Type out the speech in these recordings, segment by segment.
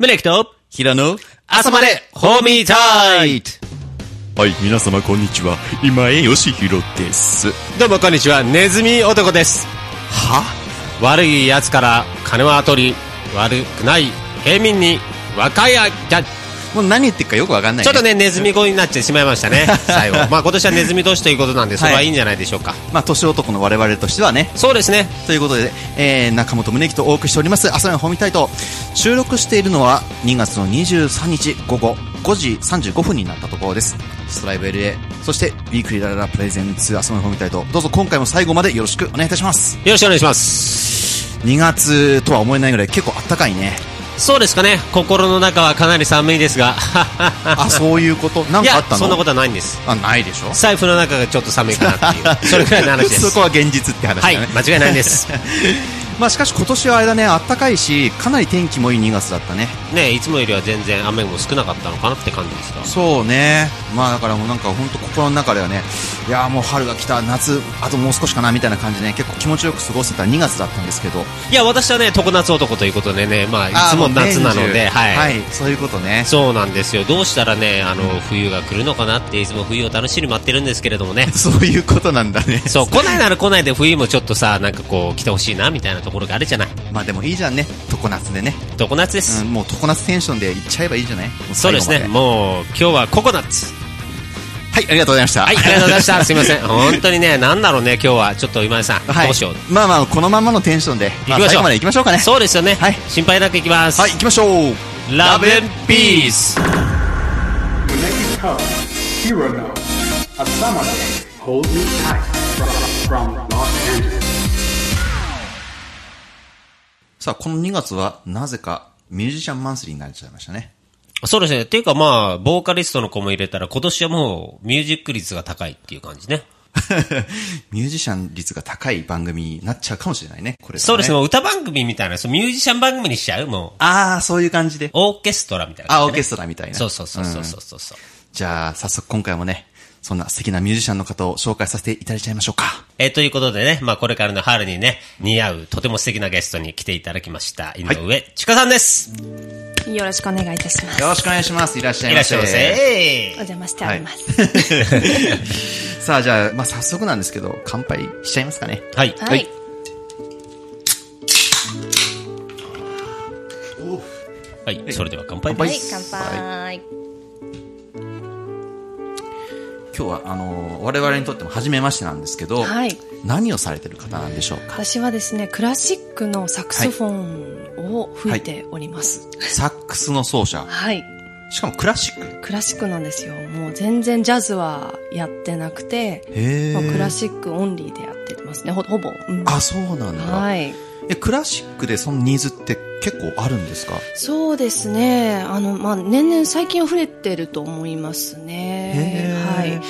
胸キと、平野朝まで、ホーミータイトはい、皆様こんにちは。今江義弘です。どうもこんにちは、ネズミ男です。は悪い奴から金は取り、悪くない平民に、若いや、じゃ、ちもう何言ってるかよくわかんない、ょっと。ね、ネズミ子になってしまいま したね、最後。まあ今年はネズミ年ということなんで、それははいいいんじゃないでしょうか。まあ、年男の我々としてはね。そうですね。ということで、えー、中本宗樹とお送りしております、朝のホーミタイト。収録しているのは、2月の23日午後5時35分になったところです。ストライブ LA、そして、ウィークリーラララプレゼンツ、朝のホーミタイト。どうぞ今回も最後までよろしくお願いいたします。よろしくお願いします。 2月とは思えないぐらい結構あったかい ね。そうですかね、心の中はかなり寒いですが。あ、そういうことなんいかあやったの、そんなことはないんです。あ、ないでしょ財布の中がちょっと寒いかなっていう、 それくらいの話でそす。こは現実って話だはい、ね。間違いないです。まあしかし今年はあれだね、暖かいし、かなり天気もいい2月だったね。ねいつもよりは全然雨も少なかったのかなって感じでした。そうね。まあだからもうなんか本当心の中ではね、いやーもう春が来た、夏、あともう少しかなみたいな感じでね、結構気持ちよく過ごせた2月だったんですけど。いや、私はね、常夏男ということでね、まあ、いつも夏なので、あーもう年中はい。はい。そういうことね。。そうなんですよ。どうしたらね、あの、冬が来るのかなって、いつも冬を楽しみに待ってるんですけれどもね そういうことなんだね。そう、来ないなら来ないで冬もちょっとさ、なんかこう、来てほしいな、みたいなところがあるじゃない。まあでもいいじゃんね。常夏でね。常夏です。うん、もう常夏テンションで行っちゃえばいいじゃないそうですね、ももう、今日はココナッツ。最後まではい、ありがとうございました。はい、ありがとうございました。すいま せん。本当にね、なんだろうね、今日は。ちょっと今井さん、はいどうしよう。まあまあ、このまんまのテンションで、まあ行きましょう最後まで行きましょうかね。そうですよね。はい心配なくいきます。はい、行きましょう。ラブピース Naked Code, Hero No, a summer day, hold me tight from, from Los Angeles. さあ、この2月は、なぜか、ミュージシャンマンスリーになっちゃいましたね。 そうですね。っていうかまあ、ボーカリストの子も入れたら、今年はもう、ミュージック率が高いっていう感じね。ミュージシャン率が高い番組になっちゃうかもしれないね、これ、そうですね。ね。もう歌番組みたいな、そうミュージシャン番組にしちゃうもう、ああ、そういう感じで。オーケストラみたいな、あ、オーケストララみたいな。そうそうそうそうんそうそうそう。じゃあ、早速今回もね、そんな素敵なミュージシャンの方を紹介させていただいちゃいましょうか。えーということでね、まあこれからの春にね、似合う、とても素敵なゲストに来ていただきました、井上千佳さんです。よろしくお願いいたします。よろしくお願いします。いらっしゃいいらっましせ。ゃいまおせ。邪魔しております。さあ、じゃあ、まあ、早速なんですけど、乾杯しちゃいますかね。はい。はい。はい。それでは乾杯乾は杯いです。、乾杯。今日は、あのー我々にとっても初めましてなんですけど、はい何をされてる方なんでしょうか私はですね、クラシックのサクソフォンを吹いております。サックスの奏者。はい。しかもクラシック。クラシックなんですよ。もう全然ジャズはやってなくて、へもうークラシックオンリーでやってますね。ほほぼ、うんあ、そうなんだ。はい。え、クラシックでそのニーズって結構あるんですかそうですね。あの、まあ、年々最近溢れてると思いますね。へはーい。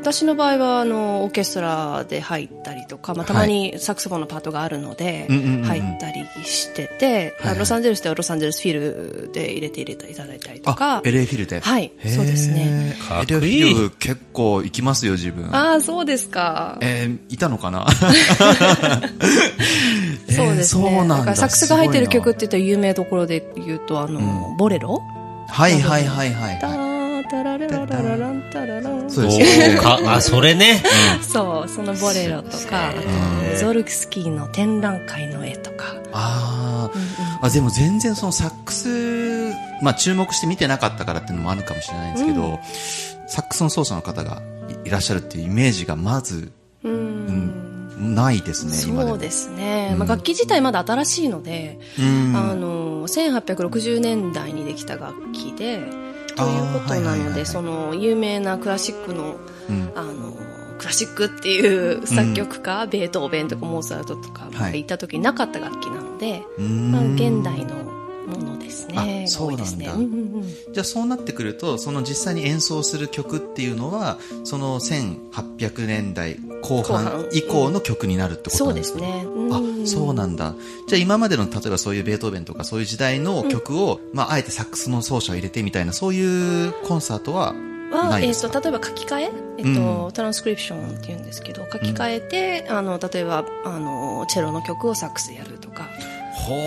私の場合は、あの、オーケストラで入ったりとか、まあ、たまにサクソフォンのパートがあるので、うんうんうんうん入ったりしてて、はいはいロサンゼルスではロサンゼルスフィルで入れて入れていただいたりとあか、、 LA フィルで。はいそうですね。かっこいい LA フィル結構行きますよ、自分。ああ、そうですか。えーいたのか なえそうですね。ーそうなんだからサックスが入ってる曲っすて言ったら有名どころで言うと、あの、うんボレロはいはいはいはいタはータラレラララランタラランい。そうですおねー。かあ、それね。そう、そのボレロとか、あとゾルクスキーの展覧会の絵とか。あーあ、でも全然そのサックス、まあ注目して見てなかったからっていうのもあるかもしれないんですけど、サックスの奏者の方がいいらっしゃるっていうイメージがまず、うんないですね、今でも。そうですね。まあ、楽器自体まだ新しいので、うんあの、1860年代にできた楽器で、ということあーはないはいはいのはで、いその、有名なクラシックのうん、あの、クラシックっていう作曲家、ベートーベンとかモーツァルトとかはがいいた時になかった楽器なので、うんまあ、現代のものですね。あそうなんだが多いですねうんうんうんじゃあそうなってくると、その実際に演奏する曲っていうのは、その1800年代後後半半以降の曲になるってことそなうんでですすか、ね。あ、そうなんだ。じゃあ今までの例えばそういうベートーベンとかそういう時代の曲を、まああえてサックスの奏者を入れてみたいな、そういうコンサートはなは、いえでっすとか、例えば書き換え、えっとうトランスクリプションって言うんですけど書き換えて、あの例えばあのチェロの曲をサックスでやるとかほ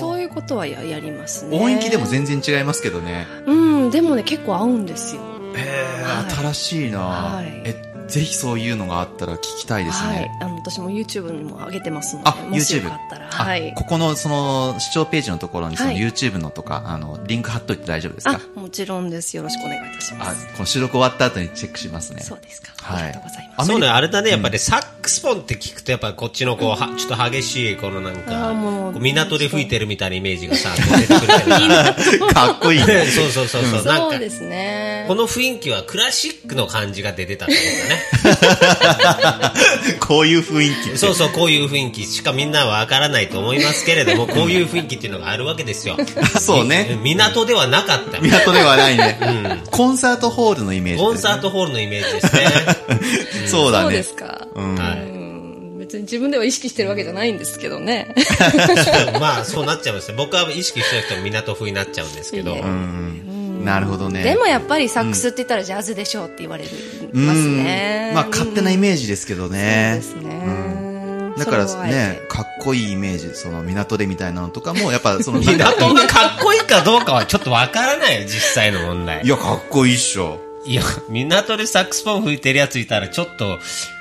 そういうことはややりますうね音域でも全然違いますけどねうんでもね結構合うんですよへはいー新しいな、はいえぜひそういうのがあったら聞きたいですね、はい、あの私も YouTube にも上げてますのであもし YouTube よかったらあはいここのその視聴ページのところにそのはい YouTube のとか、あのリンク貼っといて大丈夫ですあかもちろんですよろしくお願いいたしまあすこの収録終わった後にチェックしますねそうですか、はいありがとうごアざいますメリカそうね、あれだね、やっぱり、ね、サックスフォンって聞くと、やっぱこっちのこう、はちょっと激しい、このなんあかーもう、こう港で吹いてるみたいなイメージがさ、こう出てくるじゃな い かっこいいねそうそうそうそう、なんそうかで、すねこの雰囲気はクラシックの感じが出てたって ことね。こういう雰囲気ってそうそう、こういう雰囲気しかみんなはわからないと思いますけれ ども、こういう雰囲気っていうのがあるわけですよ。そうねみ港ではなかった。港ではないね、コンサートホールのイメージ、コンサートホールのイメージで すね。そうだねそうですか、うんはうい。ん別に自分では意識してるわけじゃないんですけどねまあ、そうなっちゃいますね。僕は意識してなくても港風になっちゃうんですけど。いいねうんなるほどねでもやっぱりサックスって言ったらジャズでしょうって言われますねうんまあ勝手なイージメージですけどね、そうですね、だからそれをあえてね、かっこいいイメージ、その港でみたいなのとかも、やっぱそのなんか港がかっこいいかどうかはちょっとわからないよ、実際の問題い。や、かっこいいっしょ。いや、港でサックスフォン吹いてるやついたら、ちょっと、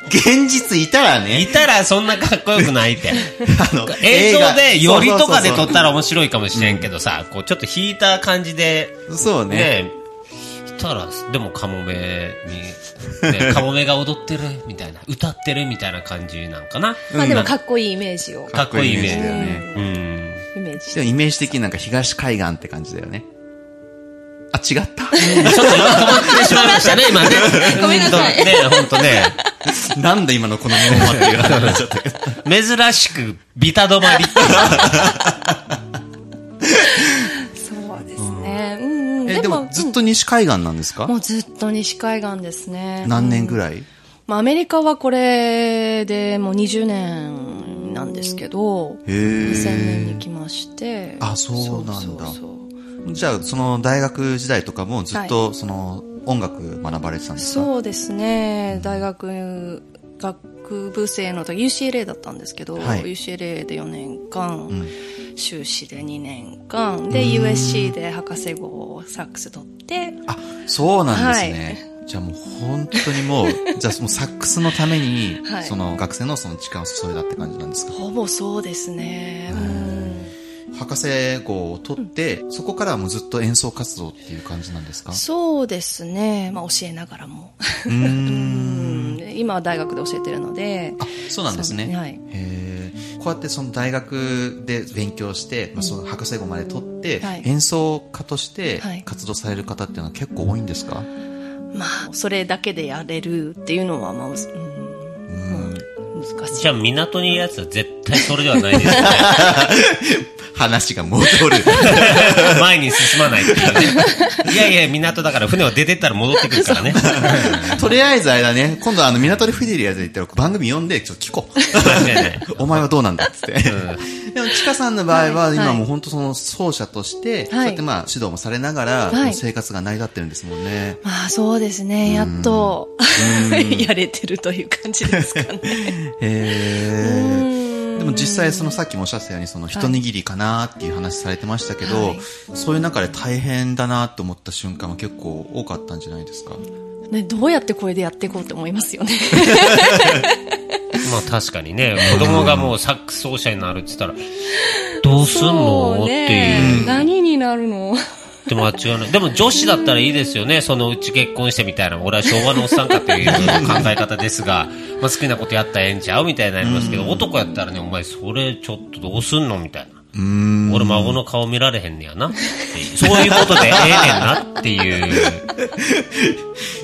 現実いたらいね、たらそんなかっこよくないって。あの映像で、よりとかで撮っら。たら面白いかもしれんけどさ、こう、ちょっと引いた感じで、そうそうそうね。ねえ、したら、でもカモメに、 ね、カモメが踊ってるみたいな、歌ってるみたいな感じなんかな。まあでもかっこいいイメージをかっこいいイメージかっこだよね。うん。イメージしでてもイメージ的になんか東海岸って感じだよね。あ、違っ ちたょっと今止まってしまいましたね、今ね。 ごめんなさいうんねえ、ほんとね。なんで今のこのメモっていう話になっちゃったけど。珍しく、ビタ止まりって。そうですねうんうんえ、でもずっと西海岸なんですかうんもうずっと西海岸ですね何年らいぐらいまあ、アメリカはこれでもう20年なんですけど、へー2000年に来まして。あそうなんだそうそうじゃあ、その大学時代とかもずっと、その音楽学ばれてたんですかそうですね、大学、学部生の時、UCLA だったんですけど、はい UCLA で4年間、ん修士で2年間、で、USC で博士号をサックス取って、あ、そうなんですね。じゃあもう本当にもう、じゃあもうサックスのために、はいその学生のその時間を注いだって感じなんですかほぼそうですね。うん博士号を取って、そこからはもうずっと演奏活動っていう感じなんですかそうですね、まあ、教えながらも。うーん。うん今は大学で教えてるので、あ、そうなんですそうね。ねはいへーこうやってその大学で勉強して、まあ、その博士号まで取って、はい演奏家としてはい活動される方っていうのは結構多いんですか、まあ、それだけでやれるっていうのは、まあ、うんまあ難しい。じゃあ、港にいるやつは絶対それではないで すね。話が戻る。前に進まないっていうね。いやいや、港だから船は出てったら戻ってくるから ね。とりあえずあれだね、今度あの港でフィデリアズ行ったら番組読んでちょっと聞こう。間違いない。 お前はどうなんだっつって。でも、ちかさんの場合は、はい今もう本当その奏者として、そうやってまあ指導もされながら、はい生活が成り立ってるんですもんね。まあ、そうですね、やっと、 やれてるという感じですか ね。へうーんでも実際そのさっきもおっしゃってたように、その一握りかなっていう話されてましたけど、はいそういう中で大変だなと思った瞬間は結構多かったんじゃないですか。ね、どうやってこれでやっていこうと思いますよね。まあ確かにね、子供がもうサックス奏者になるって言ったら、どうすんの、そうっていう。ね、何にな るのでも間違いない。でも女子だったらいいですよね。そのうち結婚してみたいな。俺は昭和のおっさんかっていう考え方ですが、 まあ好きなことやったらええんちゃうみたいになりますけど、男やったらね、お前それちょっとどうすんのみたいな。俺孫の顔見られへんねやなっていう。そういうことでええねんなっていう。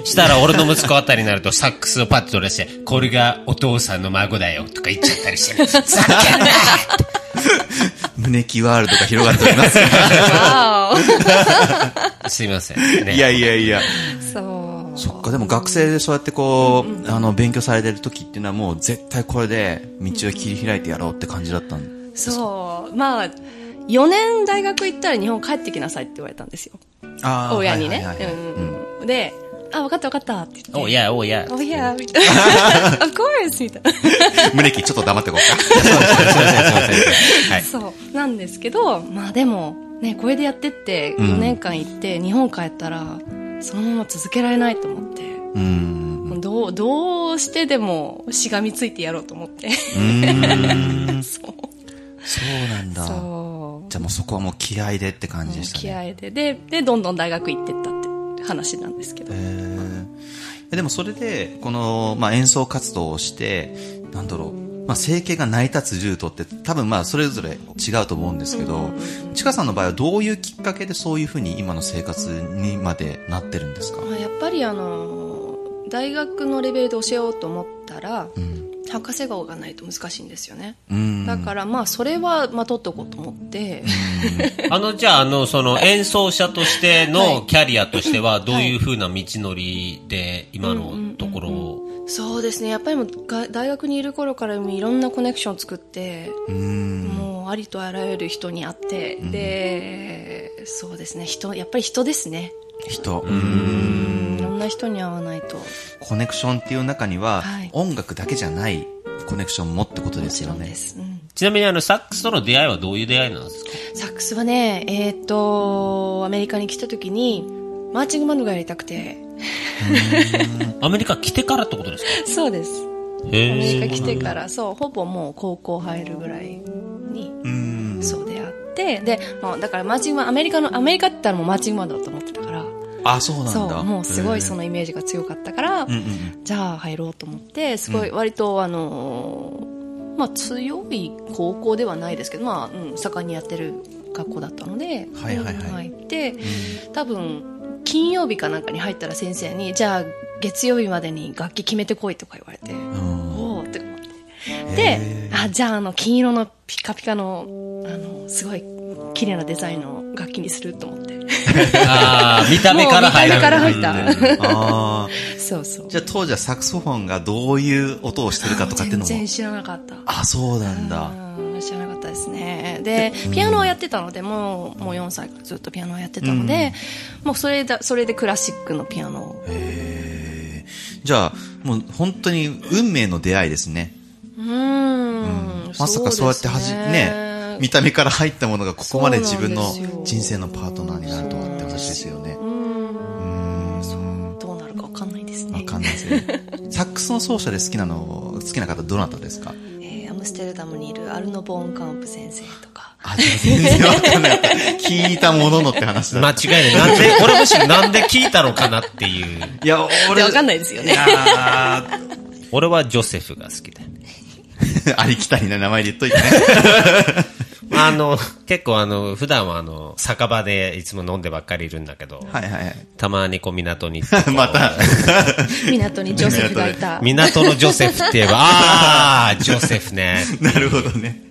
したら俺の息子あたりになるとサックスをパッと取り出して、これがお父さんの孫だよとか言っちゃったりしてる。胸キワールドが広がっております。わすいません、ね。 いやいやいや。おそう。そっか、でも学生でそうやってこう、あの、勉強されてる時っていうのはもう絶対これで道を切り開いてやろうって感じだったんそう。まあ、4年大学行ったら日本帰ってきなさいって言われたんですよ。あー親にねはいはいはいはい。うんで、あ、わかったわかったって言おって。いや、おいや。 Oh yeah, みたいな。of course! みたいな。胸キちょっと黙ってこう すいません、すいません。はい。そうなんですけどまあでもねこれでやってって4年間行って、日本帰ったらそのまま続けられないと思って、か。うん。もうどうどうしてでもしがみついてやろうと思ってう ーん。そうそうなんだ。そうじゃあもうそこはもう気合でって感じでした気ね。合でででどんどん大学行ってったって話なんですけど、えーえでもそれで、この、まあ、演奏活動をして、なんだろう、まあ、生計が成り立つルートって多分まあ、それぞれ違うと思うんですけど、ちかさんの場合はどういうきっかけでそういうふうに今の生活にまでなってるんですかまあやっぱりあの大学のレベルで教えようと思ったら、うん。博士号がないと難しいんですよね、うん。だからまあそれはまあ取っとこうと思って、 あの、じゃあ、あの、その、演奏者としてはのいキャリアとしては、どういうふうな道のりで、今のところを。そうですねやっぱりもうが大学にいる頃からもういろんなコネクションを作って、うん。もうありとあらゆる人に会って、でそうですね人やっぱり人ですね人。うんいろんな人に会わないとコネクションっていう中には、はい音楽だけじゃないコネクションもってことでもすちよろんねで。す、うんちなみに、あの、サックスとの出会いはどういう出会いなんですかサックスはねえっ、とアメリカに来た時にマーチングバンドがやりたくてアメリカ来てからってことですかそうですアメリへカえ。来てからそうほぼもう高校入るぐらいにうん。そう出会ってで、まあ、だからマーチングバンアメリカのアメリカって言ったらもうマーチングバンドだと思ってたからあ、そうなんそだ。うもうすごいその。のイメージが強かったから、うんうんうん。じゃあ入ろうと思ってすごい割とあのーまあ強い高校ではないですけどまあ、うん、盛んにやってる学校だったので、はいはいはい入って多分金曜日かなんかに入ったら先生にじゃあ月曜日までに楽器決めてこいとか言われて、うんおおって思ってへでーあじゃああの金色のピカピカのあのすごい綺麗なデザインの楽器にすると思って ああ、見た目から入もう見た目る。から入ったああ。そうそうじゃあ当時はサクソフォンがどういう音をしてるかとかっていうのも。 全然知らなかったあ、そうなんだ。うん知らなかったですねでピアノをやってたのでもうもう4歳からずっとピアノをやってたので、もうそれだそれでクラシックのピアノをへえ。じゃあ、もう本当に運命の出会いですね。うーんまさかそうやってはじ、ね、見た目から入ったものがここまで自分のそうなんですよ人生のパートナーになるとはって話ですよね。うんそうどうなるかわかんないですねわかんないですね。サックスの奏者で好きなの、好きな方どなたですかえーアムステルダムにいるアルノ・ボーンカンプ先生とかあ、でも全然わかんない。聞いたもののって話だ。間違いない。なん で、俺むしろなんで聞いたのかなっていう。いや、俺、わかんないですよねいやー俺はジョセフが好きだよありきたりな名前で言っといてね。あの、結構あの、普段はあの、酒場でいつも飲んでばっかりいるんだけど、はいはいはい。たまにこう港に行って また、港にジョセフがいた港のジョセフって言え ば、あー、ジョセフね。なるほどね。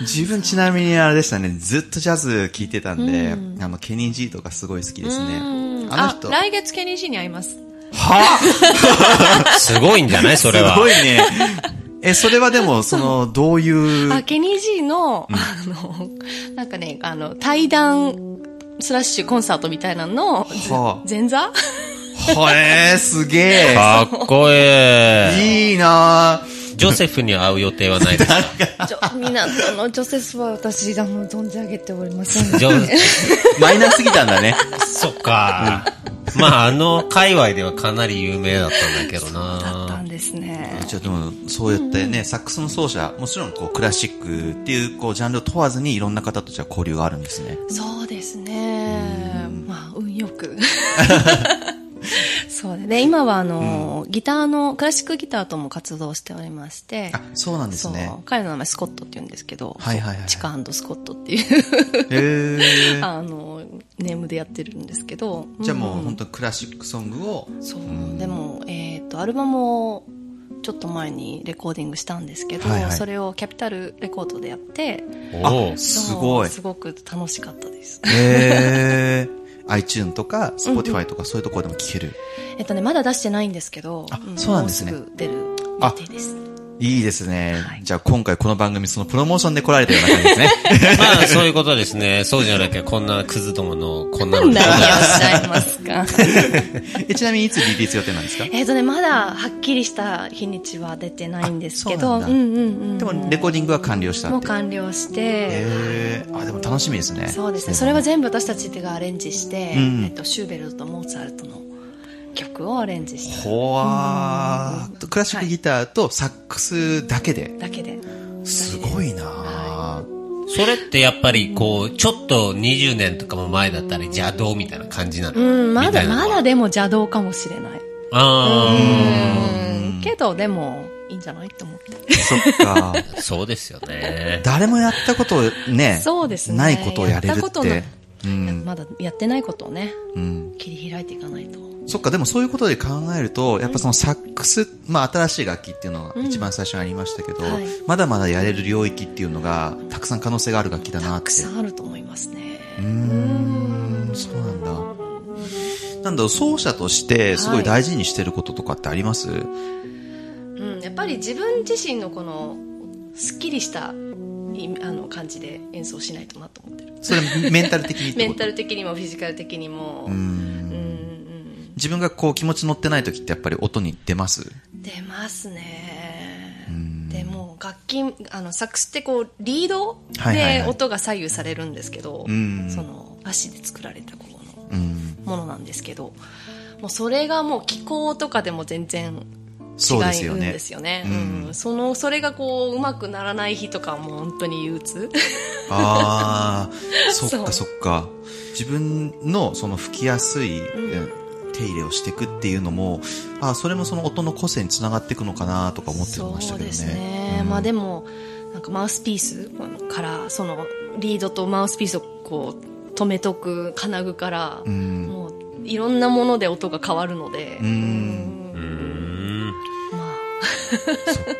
自分ちなみにあれでしたね、ずっとジャズ聴いてたんで、あの、ケニー・ジーとかすごい好きですね。あのあ人。は来月ケニー・シーに会いますぁすごいんじゃないそれは。すごいね。え、それはでも、その、どういう、あ、ケニー・ジーの、あの、 なんかね、あの、対談スラッシュコンサートみたいなののはあ、前 座はえー、す げかっこえ。いい。いいなぁ。ジョセフに会う予定は ないですかちょ港の女性スは私、あの、存じ上げておりま せんジョ、マイナーすぎたん だね。そっか。まあ、あの、界隈ではかなり有名だったんだけどだったなんですね。じゃあでも、そうやってね、サックスの奏者、もちろんこう、クラシックっていう、こう、ジャンルを問わずにいろんな方とじゃあ交流があるんですね。そうですね。まあ、運よ く。そうで、ね、今はあの、ギターの、クラシックギターとも活動しておりまして、あ、そうなんですねそう。彼の名前スコットって言うんですけど、はいはいはいチカスコットっていう へえ。あのネームでやってるんですけどじゃあ もう、ん本当クラシックソングを、そうでも、えー、とアルバムをちょっと前にレコーディングしたんですけど、はいはいそれをキャピタルレコードでやってけどな。おうそうすごい。すごく楽しかったです へえ。iTune とか、Spotify とか、そういうところでも聴ける。えっとねまだ出してないんですけどあそうなんですねもうすぐ出るあ予定ですいいですね。じゃあ今回この番組そのプロモーションで来られたような感じ ですね。まあ、そういうことですね。そうじゃなきゃ、こんなクズどもの、こんなの。何をおっしゃいますか えちなみにいつリリース予定なんですかえっとねまだはっきりした日にちは出てないんですけあどそううんなうんだんうんでもレコーディングは完了したもっうて。完了してへーあ、でも楽しみですね。そうですねそれは全部私たちがアレンジして、うんえっと、シューベルトとモーツァルトの曲をアレンジしたほわークラシックギターとサックスだけで。だけですごいなーそれってやっぱり、こう、ちょっと20年とかも前だったら邪道みたいな感じなの。うんまみただいなのまはだ。でも邪道かもしれないあうんけどでもいいんじゃないと思ってそっ か。あ、そうですよね。誰もやったことね、そうですねないことをやれるやっったことなてい。まだやってないことをねうん。切り開いていかないとそっか、でもそういうことで考えると、やっぱそのサックス、まあ新しい楽器っていうのが一番最初にありましたけど、はいまだまだやれる領域っていうのが、たくさん可能性がある楽器だなったて。くさんあると思いますねうん、そうなんだ。なんだろう、奏者としてすごい大事にしてることとかってあります、うん、やっぱり自分自身のこのすっきりしたいあの感じで演奏しないとなと思ってるそれ メンタル的にってメこンとタル的にもフィジカル的にもうんうん自分がこう気持ち乗ってない時ってやっぱり音に出ますうん出ますねでもう楽器あのサックスってこうリードはいはいではい音が左右されるんですけど、んその足で作られたこのうん。ものなんですけどもうそれがもう気候とかでも全然そうです違ようんね で。すよね。うん、そのそれがこううまくならない日とかはもう本当に憂鬱。ああ、そっそかうそっか。自分のその吹きやすい、手入れをしていくっていうのも、あーそれもその音の個性につながっていくのかなとか思ってましそたけどうね。ですね。まあでもなんかマウスピースからそのリードとマウスピースをこう止めとく金具から、もういろんなもので音が変わるので、そっ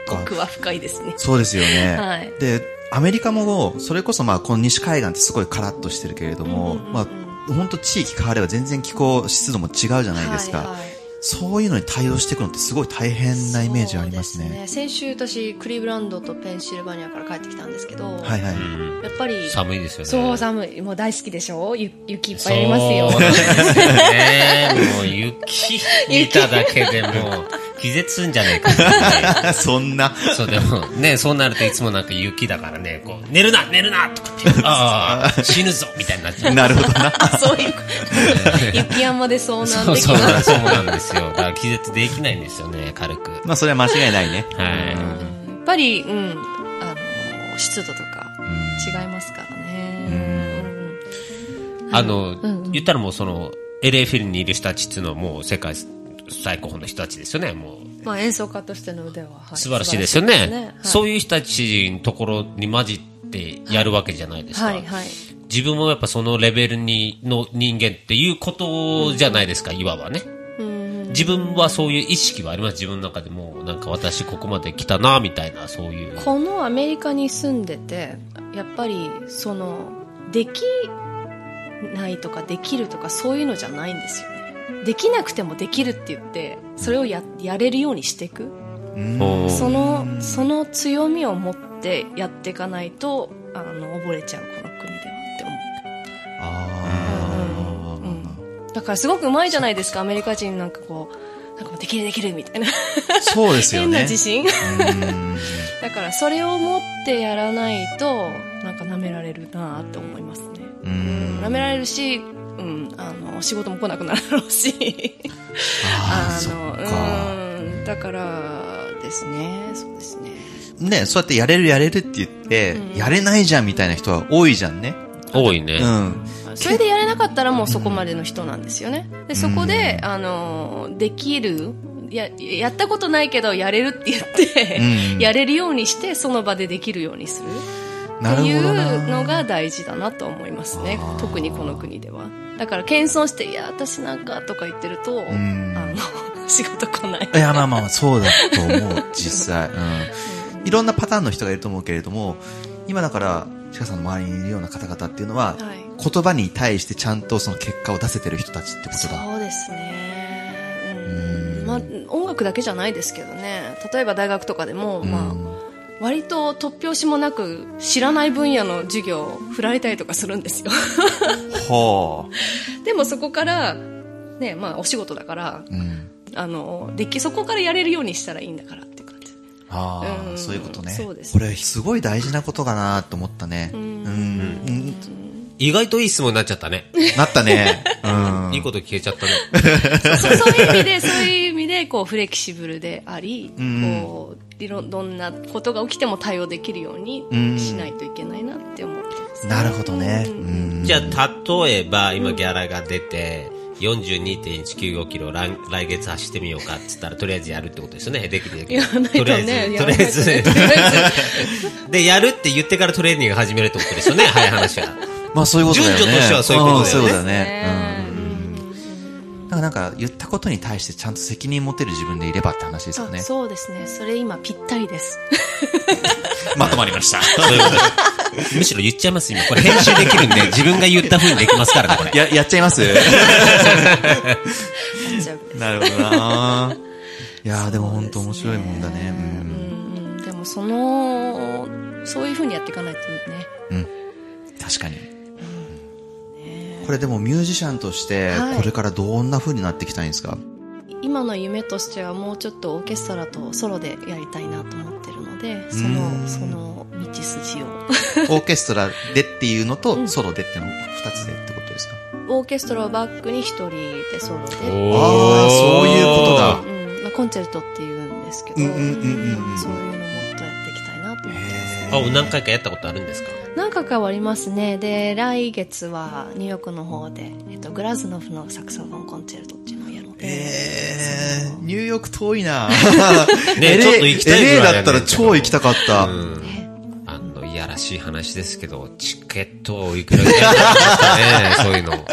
か奥は深いですね。そうですよね。はいで、アメリカも、それこそまあ、この西海岸ってすごいカラッとしてるけれども、まあ、本当地域変われば全然気候、湿度も違うじゃないですか。はいはいそういうのに対応していくのってすごい大変なイメージありますそうでね。先週私クリーブランドとペンシルバニアから帰ってきたんですけど、はいはい。やっぱり寒いですよね。そう寒いもう大好きでしょゆ雪いっぱいありますよそうなんですよね。もう雪見ただけでもう気絶すんじゃねえかっていう。 そんな。そうでもね、そうなるといつもなんか雪だからね、こう、寝るな寝るなとかって、ああ、死ぬぞみたいになっちゃう。なるほど な。そう いう、雪山で遭そ難う的そうな。そうなんですよ。だから気絶できないんですよね、軽く。まあ、それは間違いないね。はやっぱり、うん、あの、湿度とか違いますからね。うんい。あの、言ったらもうその、LA フィルにいる人たちっていうのはもう世界最高峰の人たちですよね、もう。まあ演奏家としての腕は、はい素晴らしいですよね。素そういう人たちのところに混じってやるわけじゃないですか。晴らしいですねはい、はい、はい。自分もやっぱそのレベルにの人間っていうことじゃないですか、いわばね。自分はそういう意識はあります。自分の中でもうなんか私ここまで来たな、みたいな、そういう。このアメリカに住んでて、やっぱり、その、できないとかできるとかそういうのじゃないんですよね。できなくてもできるって言って、それをや、やれるようにしていく。うんそのその強みを持ってやっていかないとあの溺れちゃうこの国ではって思あーうだからすごくうまいじゃないですかアメリカ人なんかこうなんかもうできるできるみたいな、そうですよ変なね。自信だからそれを持ってやらないとなんか舐められるなって思いますねうん舐められるし、うん、あの仕事も来なくなるだろうしあーそっか。のうんだからですねそうですねね、そうやってやれるやれるって言って、やれないじゃんみたいな人は多いじゃんね。多いね。うん。それでやれなかったらもうそこまでの人なんですよね。で、そこで、あのー、できる、や、やったことないけどやれるって言って、うんやれるようにして、その場でできるようにする。っなるていほどうのな。が大事だなと思いますね。特にこの国では。だから謙遜して、いや、私なんかとか言ってると、あの、 仕事来ない。いや、まあまあまあ、そうだと思う、実際。うん。いろんなパターンの人がいると思うけれども、今だから、シカさんの周りにいるような方々っていうのは、はい言葉に対してちゃんとその結果を出せてる人たちってことだ。そうですね。うんまあ、音楽だけじゃないですけどね例えば大学とかでも、まあ、割と突拍子もなく知らない分野の授業を振られたりとかするん ですよはでもそこから、ねまあ、お仕事だから、あ。うん。あのできそこからやれるようにしたらいいんだからってい う感じああ、うんそういうことね。そうですこれ、すごい大事なことかなと思ったね。うん。うん意外といい質問になっちゃったね。なったね。うん。いいこと聞けちゃったね。そうそういう意味で、そういう意味で、こう、フレキシブルであり、んこう、いろ、どんなことが起きても対応できるようにんしないといけないなって思ってます。なるほどね。うん。じゃあ、例えば、今ギャラが出て、42.195キロ来来月走ってみようかっつったら、とりあえずやるってことですよね。できるできやらる。ないととりあえね、ず、とりあえずやらないとね、とりあ えで、やるって言ってからトレーニング始めるってことですよね。早い話は。まあそういうことだよね。順序としてはそういうことだよねんそうだずね。ねうん。だからなんか言ったことに対してちゃんと責任持てる自分でいればって話ですよあね。そうですね。それ今ぴったりです。まとまりました。そういうことむしろ言っちゃいます、今。これ編集できるんで、自分が言った風にできますからね、これ。 や、やっちゃいます大丈夫です なるほどな。いやーでも本当面白いもんだね。うんうんでもその、そういう風にやっていかないとね。確かに。これでもミュージシャンとしてはいこれからどんな風になっていきたいんですか、今の夢としてはもうちょっとオーケストラとソロでやりたいなと思ってるので、その、その道筋を。 オーケストラでっていうのとソロでっていうの二つでってことですかオーケストラをバックに一人でソあロで、あ、そういうことだ。うんまあ、コンチェルトっていうんですけど、うんうんうんうんうんそういうのもっとやっていきたいなと思ってます。あ、何回かやったことあるんですか何回かはありますね。で、来月はニューヨークの方で、えっと、グラズノフのサクソフォンコンチェルトっていうのをやるので、えー、ニューヨーク遠い なね LA ちょっと行きたいぐらい LA だねだったら超行きたかった。あの、いやらしい話ですけど、チケットをいくらぐらいなんですか ね、そういうの。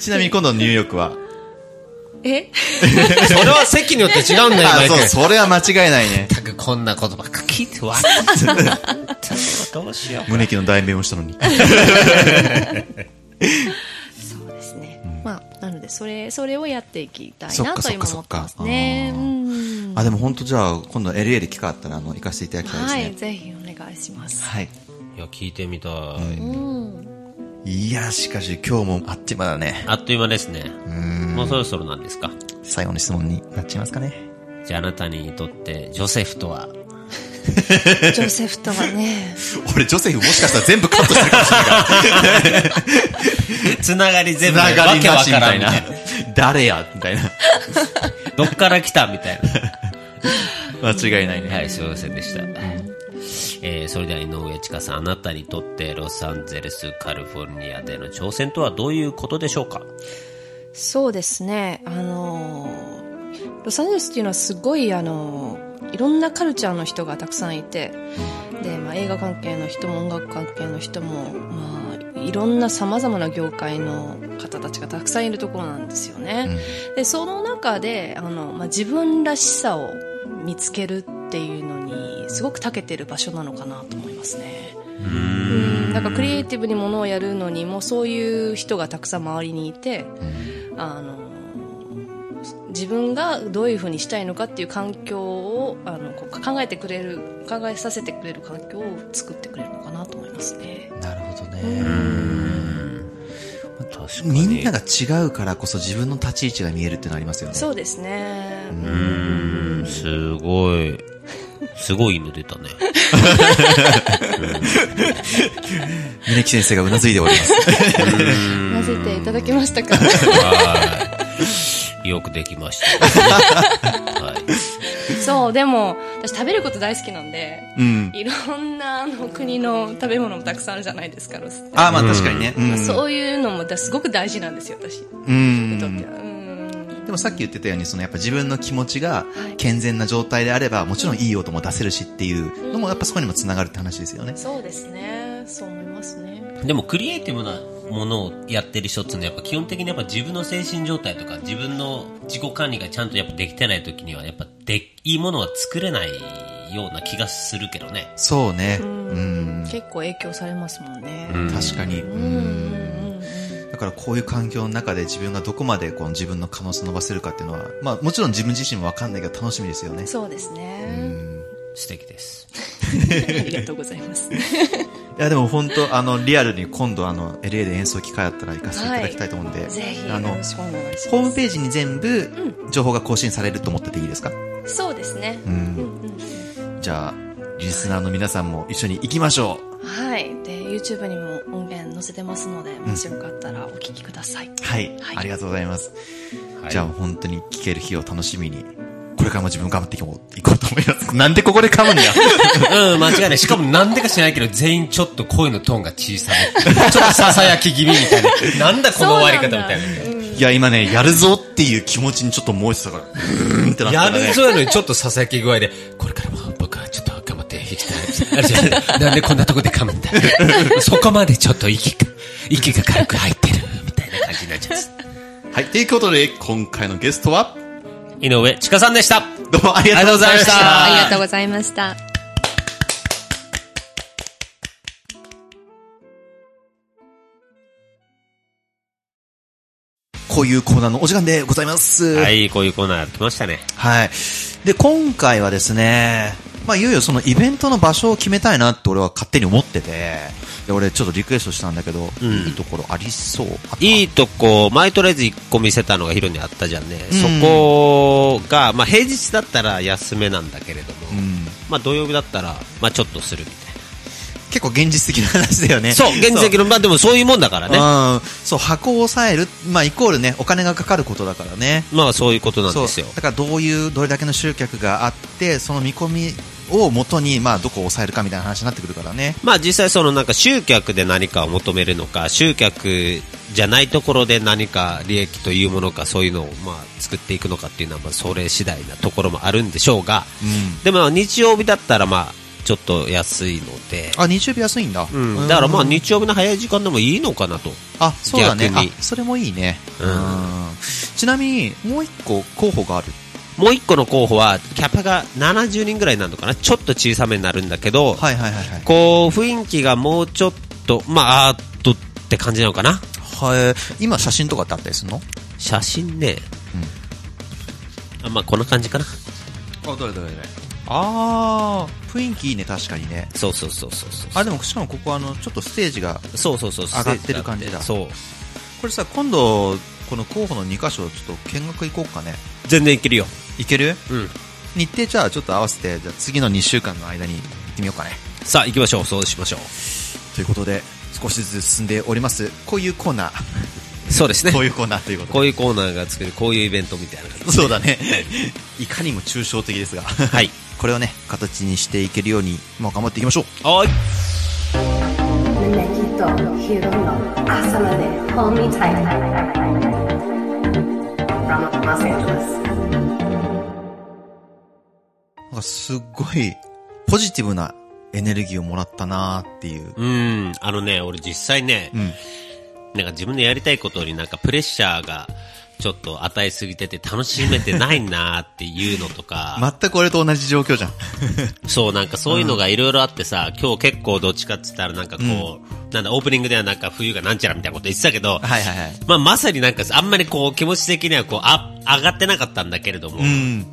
ちなみに今度のニューヨーク は。えそれは席によって違うんだよ、あマイ、そう、ク。それは間違いない ね。全くこんなことばっか聞いてわかった。どうしよ胸キの代弁をしたのに。そうですね。まあ、なので、それ、それをやっていきたいそっなかとそっ今かそ思っってかますね。あうーんあ、でも本当じゃあ、今度 LA で機会あったら、あの、行かせていただきたはいい、ですね。ぜひお願いします。はい。う。いや、聞いてみたい。うん。いや、しかし今日もあっちまだね。あっという間ですね。もうそろそろなんですか。最後の質問になっちゃいますかね。じゃあ、あなたにとって、ジョセフとはジョセフとはね、俺、ジョセフもしかしたら全部カットしてるかもしつながり全れ部、ない。 わけなわしかみらたんいみなたいな。。誰やみたいな。どっから来たみたいな。間違いないね。はい、すいませんでした。えーそれでは井上千佳さん、あなたにとってロサンゼルス、カリフォルニアでの挑戦とはどういうことでしょうかそうですね。あのーロサンゼルスっていうのはすごい、あのーいろんなカルチャーの人がたくさんいて、で、まあ、映画関係の人も音楽関係の人も、まあ、いろんな様々な業界の方たちがたくさんいるところなんですよね。で、その中で、あの、まあ、自分らしさを見つけるっていうのに、すごく長けてる場所なのかなと思いますね。うんなんかクリエイティブにものをやるのにもそういう人がたくさん周りにいて、あの自分がどういうふうにしたいのかっていう環境をあのこう考えてくれる考えさせてくれる環境を作ってくれるのかなと思いますね。なるほどね。確かみんなが違うからこそ自分の立ち位置が見えるっていうのありますよね。そうですね。うん、すごい。すごいの出たね。峯木先生がうなずいております。うなずいていただきま したかはい。よくできました。はい。そう、でも、私食べること大好きなんで、うん。いろんなあの国の食べ物もたくさんあるじゃないですか、ロスって。 ああ、まあ確かにね。うん。そういうのもだすごく大事なんですよ、私。うんにとっては。うんでもさっき言ってたように、そのやっぱ自分の気持ちが健全な状態であれば、もちろんいい音も出せるしっていうのも、やっぱそこにもつながるって話ですよね。そうですね。そう思いますね。でもクリエイティブなものをやってる人っていうのはやっぱ基本的にやっぱ自分の精神状態とか自分の自己管理がちゃんとやっぱできてない時にはやっぱでいいものは作れないような気がするけどね。そうね。うん。結構影響されますもんね。確かに。ううんん。うんうんだからこういう環境の中で自分がどこまでこの自分の可能性を伸ばせるかっていうのは、まあもちろん自分自身もわかんないけど楽しみですよね。そうですね。素敵です。ありがとうござい ます。いやでも本当あのリアルに今度あの LA で演奏機会あったら行かせていただきたいと思うんで、ぜひあよのろしくお願いしホーまムページに全部情報が更新されると思ってていいですか、す。そうですね。う、うんんうん。じゃあリスナーの皆さんも一緒に行きましょうはい。で、YouTube にも音源載せてますので、もしよかったらお聞きください。はい、はいありがとうございます、はいじゃあ本当に聴ける日を楽しみにこれからも自分頑張っていこういこうと思います なんでここで噛むんや うん、間違いない。しかもなんでか知らないけど、全員ちょっと声のトーンが小さめ。ちょっとささやき気味みたい な。なんだこの終わり方みたいな。いや今ねやるぞっていう気持ちにちょっと燃えてたからうーんってなったやから、ね、るぞやのにちょっとささやき具合で、これからも僕はちょっと頑張っていきたい。あれじゃないなんでこんなとこで噛むんだ。そこまでちょっと息が、息が軽く入ってる。みたいな感じになっちゃいます。 はいということで今回のゲストは井上千佳さんでした。どうもありがとうございましたあありがとうございました。こういうコーナーのお時間でございますはい、こういうコーナー来ましたね。はい。で、今回はですね、まあ、いよいよそのイベントの場所を決めたいなって俺は勝手に思ってて、で、俺ちょっとリクエストしたんだけど、んいいところありそう。あったいいとこ、前とりあえず1個見せたのがヒロにあったじゃんね。うんそこが、まあ平日だったら休めなんだけれども、うん。まあ土曜日だったら、まあちょっとするみたい結構現実的な話だよね。な。 そう、現実的のの、まあでもそういうもんだからね。うん。そう、箱を抑える。まあ、イコールね、お金がかかることだからね。まあそういうことなんですよそう。だからどういう、どれだけの集客があって、その見込みを元に、まあ、どこを抑えるかみたいな話になってくるからね。まあ実際そのなんか集客で何かを求めるのか、集客じゃないところで何か利益というものか、そういうのをまあ作っていくのかっていうのはまあそれ次第なところもあるんでしょうが、うん。でもまあ日曜日だったらまあちょっと安いので、あ、日曜日安いんだ。うん、だからまあ日曜日の早い時間でもいいのかなと。あ、そうだね。逆あに、それもいいね。うんうんちなみに、もう一個候補がある。もう一個の候補は、キャパが70人ぐらいになるのかなちょっと小さめになるんだけど、はいはいはいはい。こう、雰囲気がもうちょっと、まあ、アートって感じなのかなはい。今写真とかってあったりするの写真ね、あまあこんな感じかな。あ、どれどれどれ。あー、雰囲気いいね、確かにね。そうそうそうそうそう。あ、でもしかもここあの、ちょっとステージが、そうそうそう。上がってる感じだそう。これさ、今度、この候補の2箇所、ちょっと見学行こうかね。全然いけるよ。行けるうん。日程じゃあちょっと合わせて、じゃあ次の2週間の間に行ってみようかね。さあ行きましょう。そうしましょということで、少しずつ進んでおります。こういうコーナー。 う。そうですねこ。ういうコーナーということで。こういうコーナーが作る、こういうイベントみたいな感じ。。そうだね。いかにも抽象的ですが。 はいこれをね、形にしていけるように、まあ頑張っていきましょう。はい。胸きとヒロの朝までホームタイム from Los Angeles なんかすっごい、ポジティブなエネルギーをもらったなーっていう。うん。あのね、俺実際ね、んなんか自分のやりたいことになんかプレッシャーがちょっと与えすぎてて楽しめてないなーっていうのと か、全く俺と同じ状況 じゃん。そうなんかそういうのがいろいろあってさ、今日結構どっちかって言ったらなんかこう、なんだオープニングではなんか冬がなんちゃらみたいなこと言ってたけど、はいはいはい。まあまさになんかあんまりこう気持ち的にはこうあ上がってなかったんだけれども、うん。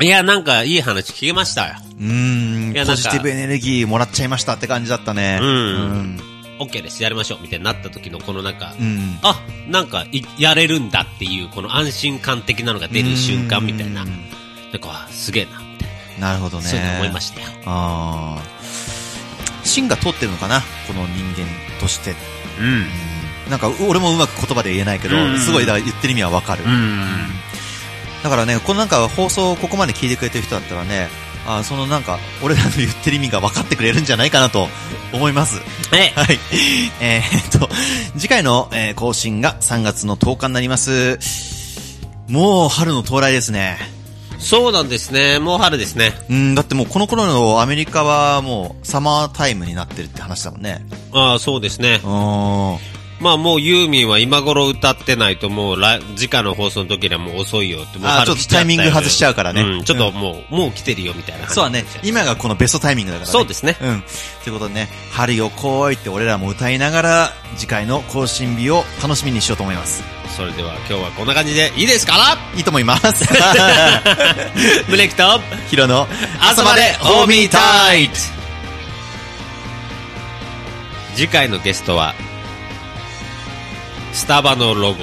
いやなんかいい話聞けましたよ。うーんいやなんかポジティブエネルギーもらっちゃいましたって感じだったね。うんうん。 OK です、やりましょうみたいになった時のこのなんか、うん。あなんかいやれるんだっていうこの安心感的なのが出る瞬間みたいなうなんんかあすげえなみたいな、なるほどね。そういうの思いましたよあー芯が通ってるのかなこの人間として。うんなんか、俺もうまく言葉で言えないけどう、んすごい、だから言ってる意味はわかる。だからね、このなんか放送をここまで聞いてくれてる人だったらね、あそのなんか、俺らの言ってる意味が分かってくれるんじゃないかなと 思います。えはい。えー、っと、次回の、えー更新が3月の10日になります。もう春の到来ですね。そうなんですねもう春ですねうん、だってもうこの頃のアメリカはもうサマータイムになってるって話だもんね。ああそうですねうん。まあもうユーミンは今頃歌ってないともう来直の放送の時にはもう遅いよってもうあー春ちょっと来ゃたよねタイミング外しちゃうからねんちょっともう、もう来てるよみたいな感じそうだね。今がこのベストタイミングだからね。そうですねうん。ということでね、春よ来いって俺らも歌いながら、次回の更新日を楽しみにしようと思います。それでは今日はこんな感じでいいですかいいと思 います。ブレイクとヒロの朝までホーミータイト次回のゲストはスタバのロゴ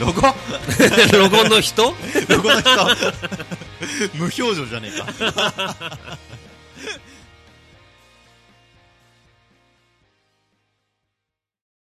ロゴ ロゴの人 ロゴの人。無表情じゃねえか。